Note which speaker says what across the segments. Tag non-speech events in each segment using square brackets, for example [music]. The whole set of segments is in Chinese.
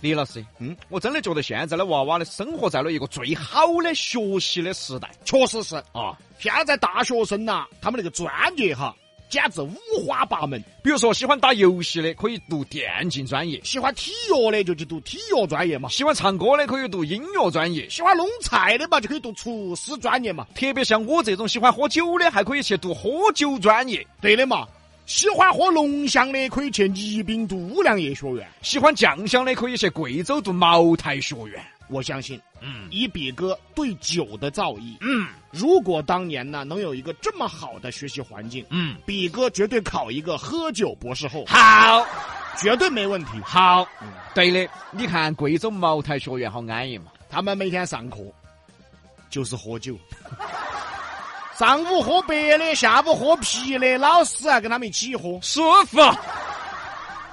Speaker 1: 李老师，
Speaker 2: 嗯，
Speaker 1: 我真的觉得现在的娃娃呢，生活在了一个最好的学习的时代
Speaker 2: 确实是。
Speaker 1: 啊。
Speaker 2: 现在大学生呐、他们那个专业哈，简直五花八门。
Speaker 1: 比如说，喜欢打游戏的可以读电竞专业，
Speaker 2: 喜欢体育的就去读体育专业嘛，
Speaker 1: 喜欢唱歌的可以读音乐专业，
Speaker 2: 喜欢弄菜的嘛就可以读厨师专业嘛。
Speaker 1: 特别像我这种喜欢喝酒的，还可以去读喝酒专业；
Speaker 2: 对的嘛，喜欢喝浓香的可以去宜宾读五粮液学院。
Speaker 1: 喜欢酱香的可以去贵州读茅台学院。
Speaker 2: 我相信，
Speaker 1: 嗯
Speaker 2: 以比哥对酒的造诣，
Speaker 1: 嗯
Speaker 2: 如果当年呢能有一个这么好的学习环境，
Speaker 1: 嗯，
Speaker 2: 比哥绝对考一个喝酒博士后，
Speaker 1: 好
Speaker 2: 绝对没问题。
Speaker 1: 好
Speaker 2: 嗯，
Speaker 1: 对的。你看贵州茅台学院好安逸嘛，
Speaker 2: 他们每天上课就是喝酒， [laughs] 上午喝白的，下午喝啤的，老师还跟他们一起喝。
Speaker 1: 舒服。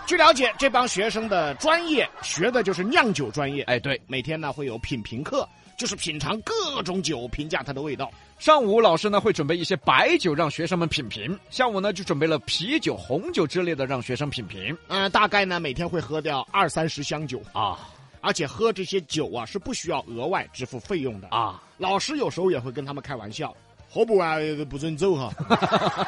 Speaker 2: 据了解，这帮学生的专业学的就是酿酒专业，
Speaker 1: 哎，对，
Speaker 2: 每天呢会有品评课，就是品尝各种酒，评价它的味道。
Speaker 1: 上午老师呢会准备一些白酒让学生们品评，下午呢就准备了啤酒、红酒之类的让学生品评
Speaker 2: 嗯、大概呢每天会喝掉二三十箱酒，
Speaker 1: 啊
Speaker 2: 而且喝这些酒啊是不需要额外支付费用的。
Speaker 1: 啊，
Speaker 2: 老师有时候也会跟他们开玩笑，喝不完呃不准走哈。 [laughs]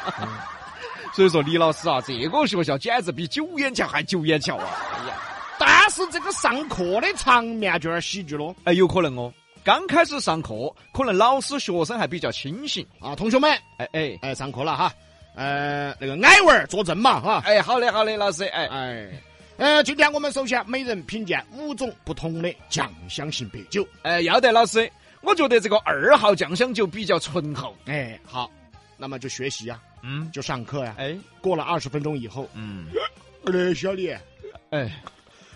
Speaker 1: 所以说李老师啊，这个学校简直比九眼桥还九眼桥啊！哎呀。
Speaker 2: 但是这个上课的场面就有点喜剧喽。
Speaker 1: 哎，有可能哦。刚开始上课，可能老师、学生还比较清醒。
Speaker 2: 啊，同学们，
Speaker 1: 哎哎
Speaker 2: 哎，上课了哈，呃，那个矮娃儿坐正嘛哈，
Speaker 1: 哎，好嘞好嘞，老师哎，
Speaker 2: 哎，呃，今天我们首先每人品鉴五种不同的酱香型白酒，
Speaker 1: 哎要得，老师，我觉得这个二号酱香酒比较醇厚。
Speaker 2: 哎，好，那么就学习呀、
Speaker 1: 嗯，
Speaker 2: 就上课呀、
Speaker 1: 哎
Speaker 2: 过了二十分钟以后，
Speaker 1: 嗯，
Speaker 2: 呃，小李，
Speaker 1: 哎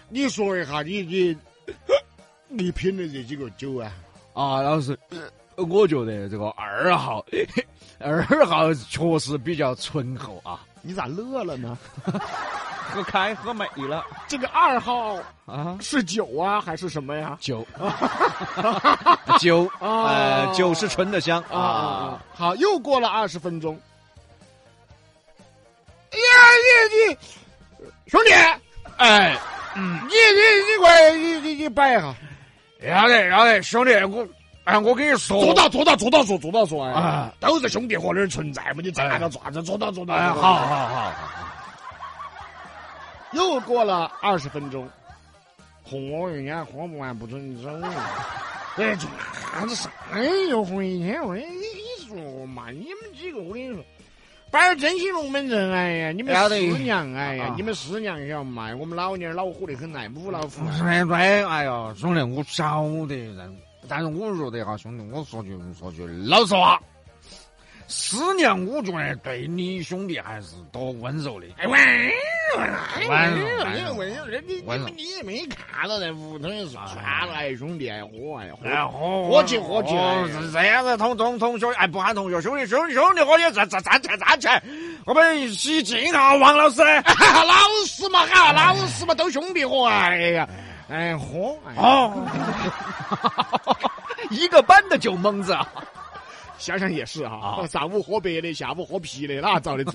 Speaker 2: 你说一下你你 [coughs] 你品的这几个酒啊？
Speaker 1: 啊，老师，我觉得这个二号， [laughs] 二号确实比较醇厚啊，
Speaker 2: 你咋乐了呢？
Speaker 1: 喝开喝美了
Speaker 2: 这个二号
Speaker 1: 啊。
Speaker 2: 是酒啊，还是什么呀？
Speaker 1: 酒， [laughs] 酒，
Speaker 2: 啊
Speaker 1: 呃，酒是醇的香
Speaker 2: 啊啊
Speaker 1: 啊
Speaker 2: 啊！好，又过了二十分钟。哎呀，你你兄弟，
Speaker 1: 哎，
Speaker 2: 你你你快你你你摆一下，
Speaker 1: 要得要得，兄弟，我，哎，我跟你说
Speaker 2: 做到做到做到说做到说
Speaker 1: 啊
Speaker 2: 啊！都是兄弟伙的存在嘛，你再那个爪子做到做到。
Speaker 1: 哎，
Speaker 2: 做
Speaker 1: 好
Speaker 2: 到，
Speaker 1: 好好好，
Speaker 2: 又过了二十分钟，喝人家喝不完不准走。哎，做啥子啥又回去？我跟你说嘛，你们几个我跟你说，摆点真心龙门阵，哎呀，你们
Speaker 1: 要得
Speaker 2: 师娘，哎呀
Speaker 1: 啊，
Speaker 2: 你们师娘晓得嘛？我们老娘恼火的很，爱母老虎。
Speaker 1: 哎对，哎呀，兄弟，我晓得，但但是我觉得哈，兄弟，我说句说句老实话，师娘，我觉得哎对你兄弟还是多温柔哎的。
Speaker 2: 哎，喂，
Speaker 1: 完
Speaker 2: 喂
Speaker 1: 了完了
Speaker 2: 喂喂，你
Speaker 1: 完了
Speaker 2: 哎你你也没看到在屋头耍了，哎，兄弟，爱喝爱喝。
Speaker 1: 哎，喝
Speaker 2: 伙计伙计
Speaker 1: 这这样子同同同学，哎，不喊同学，兄弟兄弟兄弟，伙计，站站站起来站起来，我们一起敬啊，王老师。
Speaker 2: 老实嘛，哈，老实嘛，都兄弟伙，哎呀，哎，喝，哎
Speaker 1: 哦， [laughs] 一个班的酒蒙子啊。
Speaker 2: 想想也是哈、
Speaker 1: 啊
Speaker 2: 上午喝白的，下午喝啤的，哪遭得
Speaker 1: [laughs]
Speaker 2: 住？。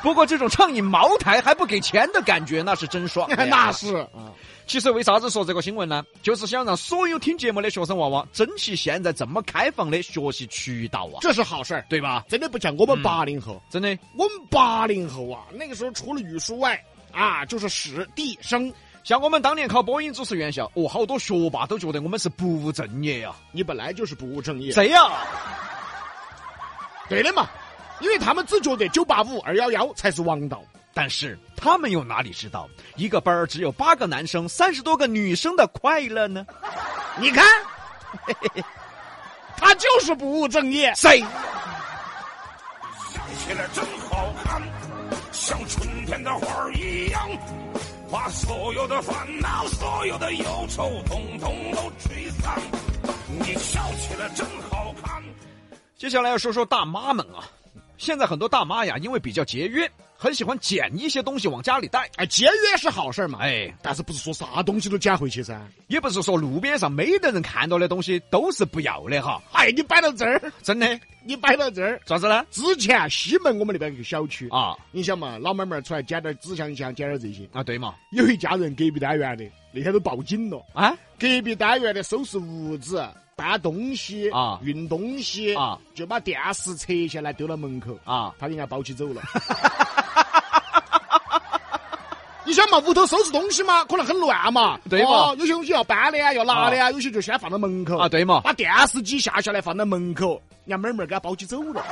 Speaker 1: 不过这种畅饮茅台还不给钱的感觉， [laughs] 那是真爽
Speaker 2: [laughs]
Speaker 1: 哎
Speaker 2: 那是啊，
Speaker 1: 其实为啥子说这个新闻呢？就是想让所有听节目的学生娃娃珍惜现在这么开放的学习渠道啊，
Speaker 2: 这是好事儿。
Speaker 1: 对吧？
Speaker 2: 真的不像我们
Speaker 1: 嗯
Speaker 2: 八零后，
Speaker 1: 真的，
Speaker 2: 我们八零后啊，那个时候除了语数外啊，就是史地生。
Speaker 1: 像我们当年考播音主持院校，哦，好多学霸都觉得我们是不务正业啊呀、
Speaker 2: 你本来就是不务正业，
Speaker 1: 这样
Speaker 2: 对的嘛？因为他们只觉得九八五、二幺幺才是王道。
Speaker 1: 但是他们又哪里知道，一个班儿只有八个男生，三十多个女生的快乐呢？
Speaker 2: 你
Speaker 1: [laughs]
Speaker 2: 看，他就是不务正业。
Speaker 1: 谁？
Speaker 3: 想起来真好看，像春天的花儿一样，把所有的烦恼、所有的忧愁，统统都吹散。你笑起来真好看。
Speaker 1: 接下来要说说大妈们啊，现在很多大妈呀，因为比较节约，很喜欢捡一些东西往家里带。
Speaker 2: 哎，节约是好事儿嘛，
Speaker 1: 哎，
Speaker 2: 但是不是说啥东西都捡回去噻？
Speaker 1: 也不是说路边上没得人看到的东西都是不要的哈，
Speaker 2: 哎，你摆到这儿，
Speaker 1: 真的。
Speaker 2: 你摆到这儿。
Speaker 1: 啥子呢？
Speaker 2: 之前啊西门我们那边有个小区，
Speaker 1: 啊
Speaker 2: 你想嘛，老妹儿们儿出来捡点纸箱箱，捡点这些。
Speaker 1: 啊，对嘛，
Speaker 2: 有一家人隔壁单元的，那天都报警了。
Speaker 1: 啊
Speaker 2: 隔壁单元的收拾屋子、搬东西
Speaker 1: 啊
Speaker 2: 运东西
Speaker 1: 啊
Speaker 2: 就把电视拆下来丢到门口，
Speaker 1: 啊，
Speaker 2: 他应该包起走 [laughs] 了。你想嘛，屋头收拾东西嘛，可能很乱嘛，啊
Speaker 1: 对嘛
Speaker 2: 哦有些东西要搬的呀，要拿的呀，有些就先放到门口
Speaker 1: 啊对嘛
Speaker 2: 把电视机下下来放到门口，人家妹儿妹儿给他包起走了，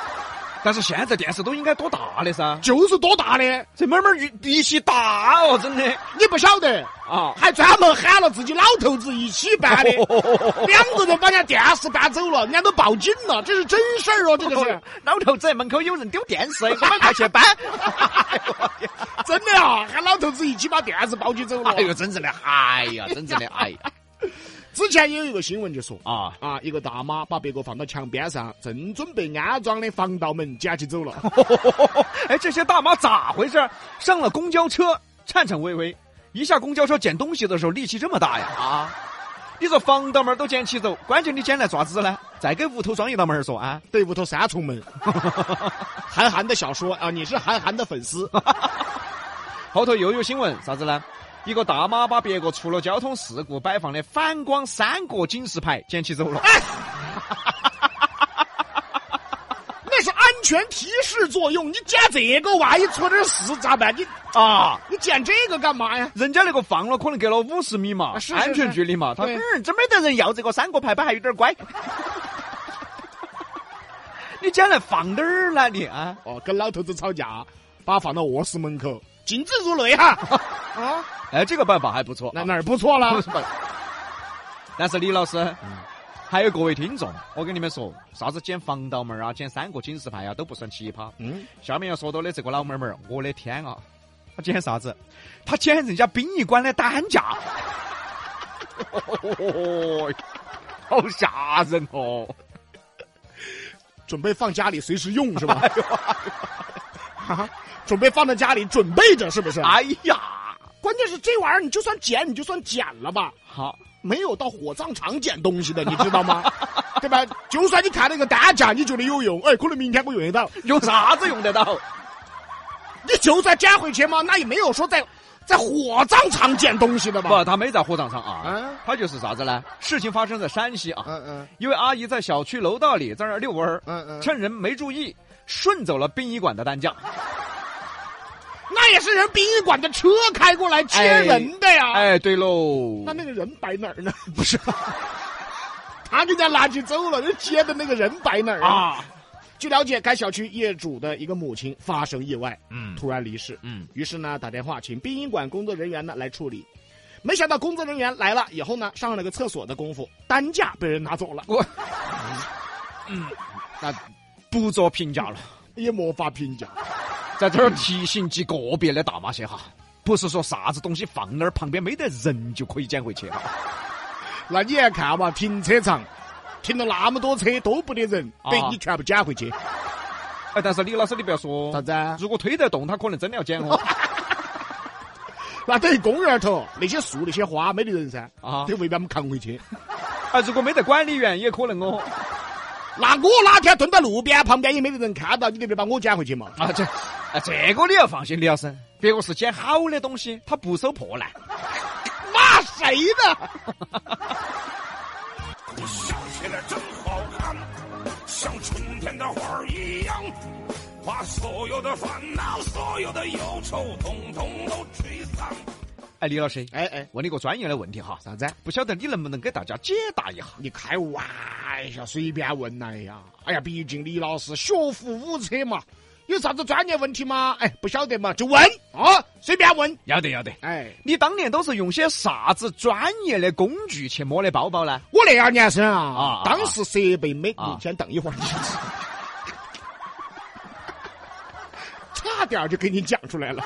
Speaker 1: 但是现在电视都应该多大的噻？
Speaker 2: 就是多大的，
Speaker 1: 这妹妹力力气大哦，真的
Speaker 2: 你不晓得，
Speaker 1: 啊！
Speaker 2: 还专门喊了自己老头子一起搬
Speaker 1: 哦 [laughs]
Speaker 2: 的。两个人把人家电视搬走了，人家都报警了，这是真事儿哦，这个是
Speaker 1: [laughs] 老头子门口有人丢电视，我们快去搬！
Speaker 2: [laughs] 真的啊！喊老头子一起把电视抱起走了。
Speaker 1: [laughs] 哎呦，真正的，哎呀，真正的，哎呀
Speaker 2: 之前也有一个新闻就说
Speaker 1: 啊！
Speaker 2: 啊，一个大妈把别个放到墙边上，正准备安装的防盗门捡起走了。
Speaker 1: [laughs] 哎，这些大妈咋回事？上了公交车，颤颤巍巍，一下公交车捡东西的时候力气这么大呀？啊！你说防盗门都捡起走，关键你捡来爪子呢？再给屋头装一道门儿说啊！
Speaker 2: 对屋头三重门， [laughs] 韩寒的小说啊，你是韩寒的
Speaker 1: [laughs]
Speaker 2: 粉丝，
Speaker 1: 后头又有新闻，啥子呢？一个大妈把别个出了交通事故摆放的反光三角警示牌捡起走了。
Speaker 2: 那是安全提示作用。你捡这个，万一出点事咋办？你
Speaker 1: 啊，
Speaker 2: 你捡这个干嘛呀？
Speaker 1: 人家那个放了，可能隔了五十米嘛，
Speaker 2: 啊是是
Speaker 1: 安全距离嘛。他
Speaker 2: 对
Speaker 1: 嗯，这没得人要这个三角牌牌，还有点乖。 [laughs] 你捡来放哪儿呢？你啊，
Speaker 2: 哦，跟老头子吵架，把他放到卧室门口，禁止入内哈。 [laughs] 啊，
Speaker 1: 哎，这个办法还不错。
Speaker 2: 那哪儿不错了？
Speaker 1: [laughs] 但是李老师，还有各位听众，我跟你们说，啥子捡防盗门啊，捡三角警示牌啊，都不算奇葩。
Speaker 2: 嗯，
Speaker 1: 下面要说到的这个老妹儿妹儿，我的天啊，她捡啥子？她捡人家殡仪馆的担架。 [laughs] 哦，好吓人哦！
Speaker 2: 准备放家里随时用是吧？ [laughs] 啊准备放在家里准备着是不是？
Speaker 1: 哎呀，
Speaker 2: 关键是这玩意儿，你就算捡，你就算捡了吧，
Speaker 1: 好，
Speaker 2: 没有到火葬场捡东西的，你知道吗？对吧？就算你看那个单价，你觉得有用，哎，可能明天我用得到。
Speaker 1: 用啥子用得 [laughs] 到？
Speaker 2: 你就算捡回去嘛，那也没有说在在火葬场捡东西的吧？
Speaker 1: 不，他没在火葬场啊，
Speaker 2: 嗯
Speaker 1: 他就是啥子呢？事情发生在山西啊，
Speaker 2: 嗯嗯
Speaker 1: 一位阿姨在小区楼道里在那儿遛弯儿，
Speaker 2: 嗯嗯，
Speaker 1: 趁人没注意，顺走了殡仪馆的担架。
Speaker 2: 那也是人殡仪馆的车开过来接人的呀。
Speaker 1: 哎，对喽，
Speaker 2: 啊那那个人摆哪儿呢？ [laughs] 不是，他给人家拿去走了，人接的那个人摆哪儿啊？
Speaker 1: 啊，
Speaker 2: 据了解，该小区业主的一个母亲发生意外，
Speaker 1: 嗯
Speaker 2: 突然离世，
Speaker 1: 嗯，
Speaker 2: 于是呢打电话请殡仪馆工作人员呢来处理。没想到工作人员来了以后呢，上了个厕所的功夫，担架被人拿走了，
Speaker 1: 我，嗯，那不做评价了。
Speaker 2: 也没法
Speaker 1: [laughs]
Speaker 2: 评价。
Speaker 1: 在这儿提醒几个别的大妈些哈，不是说啥子东西放那儿旁边没得人就可以捡回去哈。
Speaker 2: 那你也看嘛，停车场停了那么多车都不得人，
Speaker 1: 啊
Speaker 2: 被你全部捡回去，
Speaker 1: 哎，但是李老师你不要说
Speaker 2: 啥，子啊？
Speaker 1: 如果推得动，他可能真的要捡哦。
Speaker 2: 那等于公园头那些树那些花没得人噻，
Speaker 1: 啊
Speaker 2: 都，未把我们扛回去。
Speaker 1: 哎，如果没得管理员，也可能哦。
Speaker 2: 那我哪天蹲在路边旁边也没得人看到，你得不得把我捡回去嘛？
Speaker 1: 啊，这，哎，这个你要放心，李老师，别个是捡好的东西，他不收破烂。
Speaker 2: 骂谁呢？
Speaker 3: 你笑起来真好看，像春天的花儿一样，把所有的烦恼、所有的忧愁，统统都吹散。
Speaker 1: 哎，李老师，
Speaker 2: 哎哎，
Speaker 1: 问你个专业的问题哈，
Speaker 2: 啥子？
Speaker 1: 不晓得你能不能给大家解答一下？
Speaker 2: 你开玩笑，随便问来呀！哎呀，毕竟李老师学富五车嘛，有啥子专业问题吗？哎，不晓得嘛，就问啊，随便问。
Speaker 1: 要得要得。
Speaker 2: 哎，
Speaker 1: 你当年都是用些啥子专业的工具去摸的包包呢？
Speaker 2: 我那二年生啊，
Speaker 1: 啊啊
Speaker 2: 当时设备没，
Speaker 1: 啊
Speaker 2: 你先等一会儿，
Speaker 1: [laughs]
Speaker 2: 差点就给你讲出来了。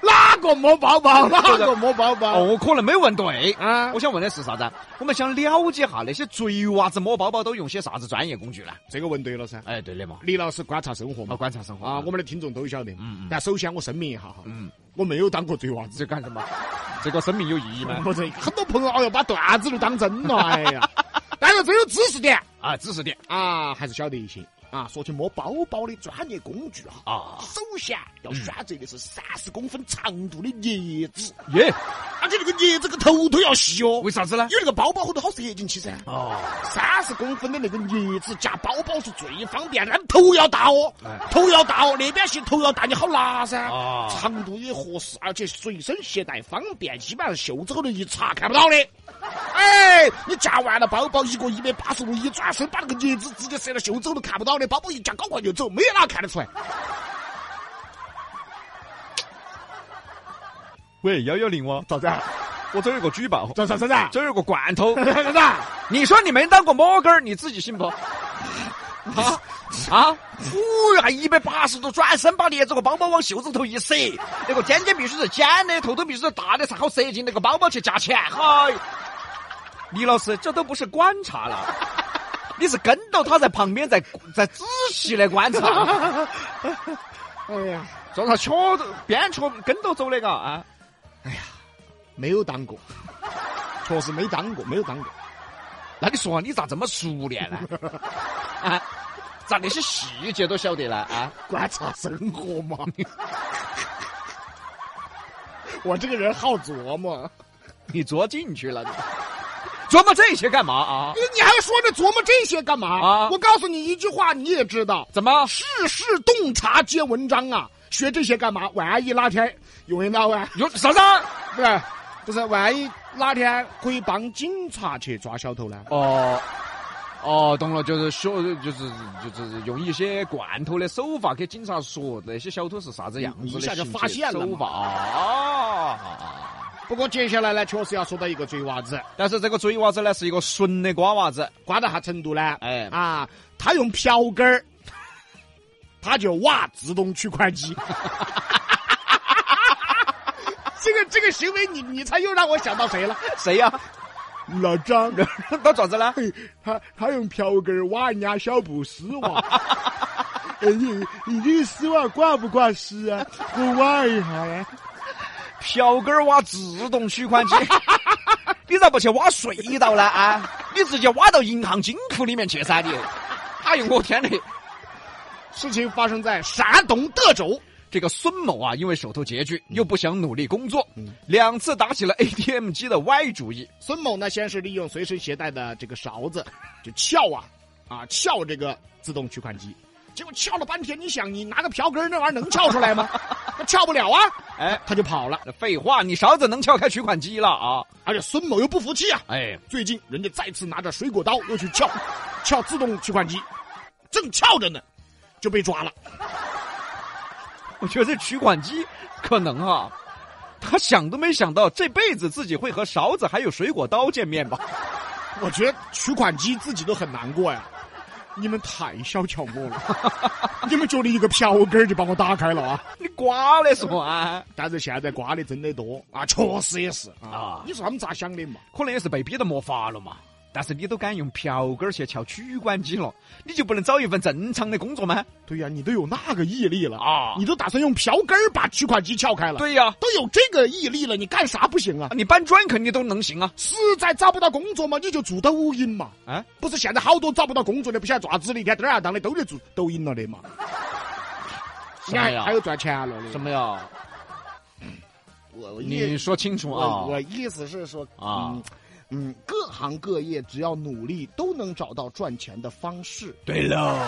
Speaker 2: 哪个没包包？哪
Speaker 1: 这个
Speaker 2: 个没包
Speaker 1: 哦，
Speaker 2: 包？
Speaker 1: 我可能没问对。
Speaker 2: 啊
Speaker 1: 我，想问的是啥子？我们想了解下那些贼娃子摸包包都用些啥子专业工具呢？
Speaker 2: 这个问对了噻。
Speaker 1: 哎，对的嘛，
Speaker 2: 李老师观察生活
Speaker 1: 啊，
Speaker 2: 嘛，
Speaker 1: 观察生活
Speaker 2: 啊，我们的听众都晓得。
Speaker 1: 嗯嗯
Speaker 2: 但首先我声明一下哈，
Speaker 1: 嗯，
Speaker 2: 我没有当过贼娃子。
Speaker 1: 这干什么？ [laughs] 嗯这个生命有意义吗？
Speaker 2: 不是，很多朋友哎呦把段子都当真
Speaker 1: [laughs]
Speaker 2: 了，哎呀，但是只有知识点
Speaker 1: 啊，知识点
Speaker 2: 啊，还是晓得一些啊。说起摸包包的专业工具哈，
Speaker 1: 啊，
Speaker 2: 首先要选择的是三十公分长度的镊子，
Speaker 1: 耶，
Speaker 2: 而且那个镊子个头头要细哦，
Speaker 1: 为啥子呢
Speaker 2: 因？为那个包包后头好塞进去噻。
Speaker 1: 哦，
Speaker 2: 三十公分的那个镊子夹包包是最方便的，但头要大哦
Speaker 1: 哎，
Speaker 2: 头要大哦，那边些头要大，你好拿噻
Speaker 1: 啊，
Speaker 2: 长度也合适，而且随身携带方便，基本上袖子后头一插看不到的。哎，你夹完了包包，一个一百八十五一转身，把那个镊子直接塞到袖子后头看不到的，包包一夹，搞快就走，没有哪看得出来。
Speaker 1: 喂，幺幺零哦，
Speaker 2: 咋子？
Speaker 1: 我这儿有个举报，
Speaker 2: 咋咋咋咋？
Speaker 1: 这儿有个罐头，
Speaker 2: 咋咋？
Speaker 1: 你说你没当过摸根儿，你自己信不？啊啊！呼呀，一百八十度转身，把镊子个包包往袖子头一塞，那个尖尖必须是尖的，头头必须是大的，才好塞进那个包包去夹钱。嗨，李老师，这都不是观察了，你是跟到他在旁边在在仔细的观察，
Speaker 2: 哎呀，
Speaker 1: 坐到瘸着边瘸跟到走的嘎啊！
Speaker 2: 没有当过，确实没当过，没有当过。
Speaker 1: 那你说你咋这么熟 [laughs] 练呢？啊，咋那些细节都晓得呢？啊？
Speaker 2: 观察生活嘛。 [laughs] 我这个人好琢磨，
Speaker 1: 你琢进去了，你琢磨这些干嘛啊？
Speaker 2: 你你还说这琢磨这些干嘛
Speaker 1: 啊
Speaker 2: 我告诉你一句话，你也知道，
Speaker 1: 怎么？
Speaker 2: 世事洞察皆文章啊！学这些干嘛？万一哪天有人闹啊，
Speaker 1: 有啥子？
Speaker 2: 不是不是，万一哪天可以帮警察去抓小偷呢？
Speaker 1: 哦，哦，懂了，就是说，就是就是用一些罐头的手法给警察说那些小偷是啥子样子的，
Speaker 2: 一下就发现了嘛
Speaker 1: 手法啊。
Speaker 2: 不过接下来呢，确实要说到一个贼娃子，
Speaker 1: 但是这个贼娃子呢，是一个纯的瓜娃子，
Speaker 2: 瓜到啥程度呢？
Speaker 1: 哎，
Speaker 2: 啊，他用瓢根儿， [laughs] 他就挖自动取款机。 [laughs] 这个这个行为你，你才又让我想到谁了？
Speaker 1: 谁呀、 [laughs]
Speaker 2: 老张， [laughs]
Speaker 1: 他咋子呢？
Speaker 2: 他他用瓢根儿挖人家小布丝袜。 [laughs] 哎你你这个丝袜挂不挂丝啊？我挖一下呀。
Speaker 1: 瓢根儿挖自动取款机，你咋不去挖隧道呢？啊，你直接挖到银行金库里面去噻你！哎呦我天嘞！
Speaker 2: 事情发生在山东德州，
Speaker 1: 这个孙某啊，因为手头拮据，又不想努力工作，两次打起了 ATM 机的歪主意。
Speaker 2: 孙某呢先是利用随身携带的这个勺子， [laughs] 就撬啊啊撬这个自动取款机，结果撬了半天，你想你拿个瓢根儿那玩意儿能撬出来吗？那撬不了啊，
Speaker 1: 哎，
Speaker 2: 他就跑了。
Speaker 1: 那废话，你勺子能撬开取款机了啊？
Speaker 2: 而且孙某又不服气啊，
Speaker 1: 哎，
Speaker 2: 最近人家再次拿着水果刀又去撬， [laughs] 撬自动取款机，正撬着呢，就被抓了。
Speaker 1: 我觉得这取款机可能啊，他想都没想到这辈子自己会和勺子还有水果刀见面吧？
Speaker 2: 我觉得取款机自己都很难过呀，你们太小瞧我了，你们就得一个瓢根儿就把我打开了啊！
Speaker 1: 你瓜的说啊？
Speaker 2: 但是现在瓜的真的多啊，确实也是
Speaker 1: 嗯啊
Speaker 2: 啊。你说他们咋想的嘛？
Speaker 1: 可能也是被逼得没法了嘛。但是你都敢用瓢根儿去撬取款机了，你就不能找一份正常的工作吗？
Speaker 2: 对呀、你都有那个毅力了啊，
Speaker 1: 啊，
Speaker 2: 你都打算用瓢根儿把取款机撬开了，，
Speaker 1: 对呀、
Speaker 2: 都有这个毅力了，你干啥不行啊？
Speaker 1: 你搬砖肯定都能行啊。
Speaker 2: 实在找不到工作嘛，你就做抖音嘛。
Speaker 1: 啊，
Speaker 2: 不是现在好多找不到工作的，不晓得爪子的，一天天儿当的都得做抖音了的嘛。
Speaker 1: 什么呀
Speaker 2: 还有赚钱了的。
Speaker 1: 什？么呀？
Speaker 2: 我我
Speaker 1: 你说清楚啊！
Speaker 2: 我我意思是说
Speaker 1: 啊
Speaker 2: 嗯嗯，各行各业只要努力，都能找到赚钱的方式。
Speaker 1: 对喽，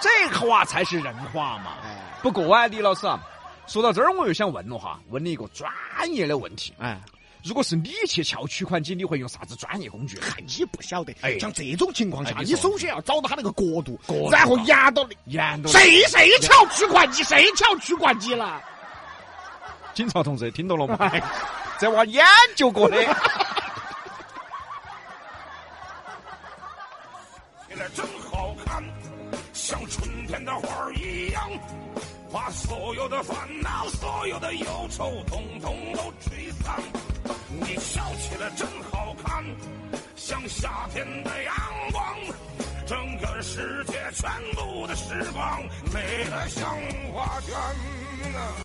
Speaker 1: 这个话才是人话嘛。
Speaker 2: 哎
Speaker 1: 不过啊，李老师啊，说到这儿，我又想问了哈，问你一个专业的问题：
Speaker 2: 哎。
Speaker 1: 如果是你去撬取款机，你会用啥子专业工具？
Speaker 2: 你不晓得，
Speaker 1: 哎
Speaker 2: 像这种情况下，
Speaker 1: 哎你
Speaker 2: 你
Speaker 1: 说
Speaker 2: 首先要找到他那个角度，
Speaker 1: 度
Speaker 2: 然后压到你。
Speaker 1: 严的
Speaker 2: 谁谁撬取款机？谁撬取款机了？
Speaker 1: 警察同志听到了吗？ [laughs] 这娃研究过的。
Speaker 3: 起来真好看，像春天的花儿一样，把所有的烦恼、所有的忧愁，统统都吹散。你笑起来真好看，像夏天的阳光，整个世界全部的时光美得像画卷啊。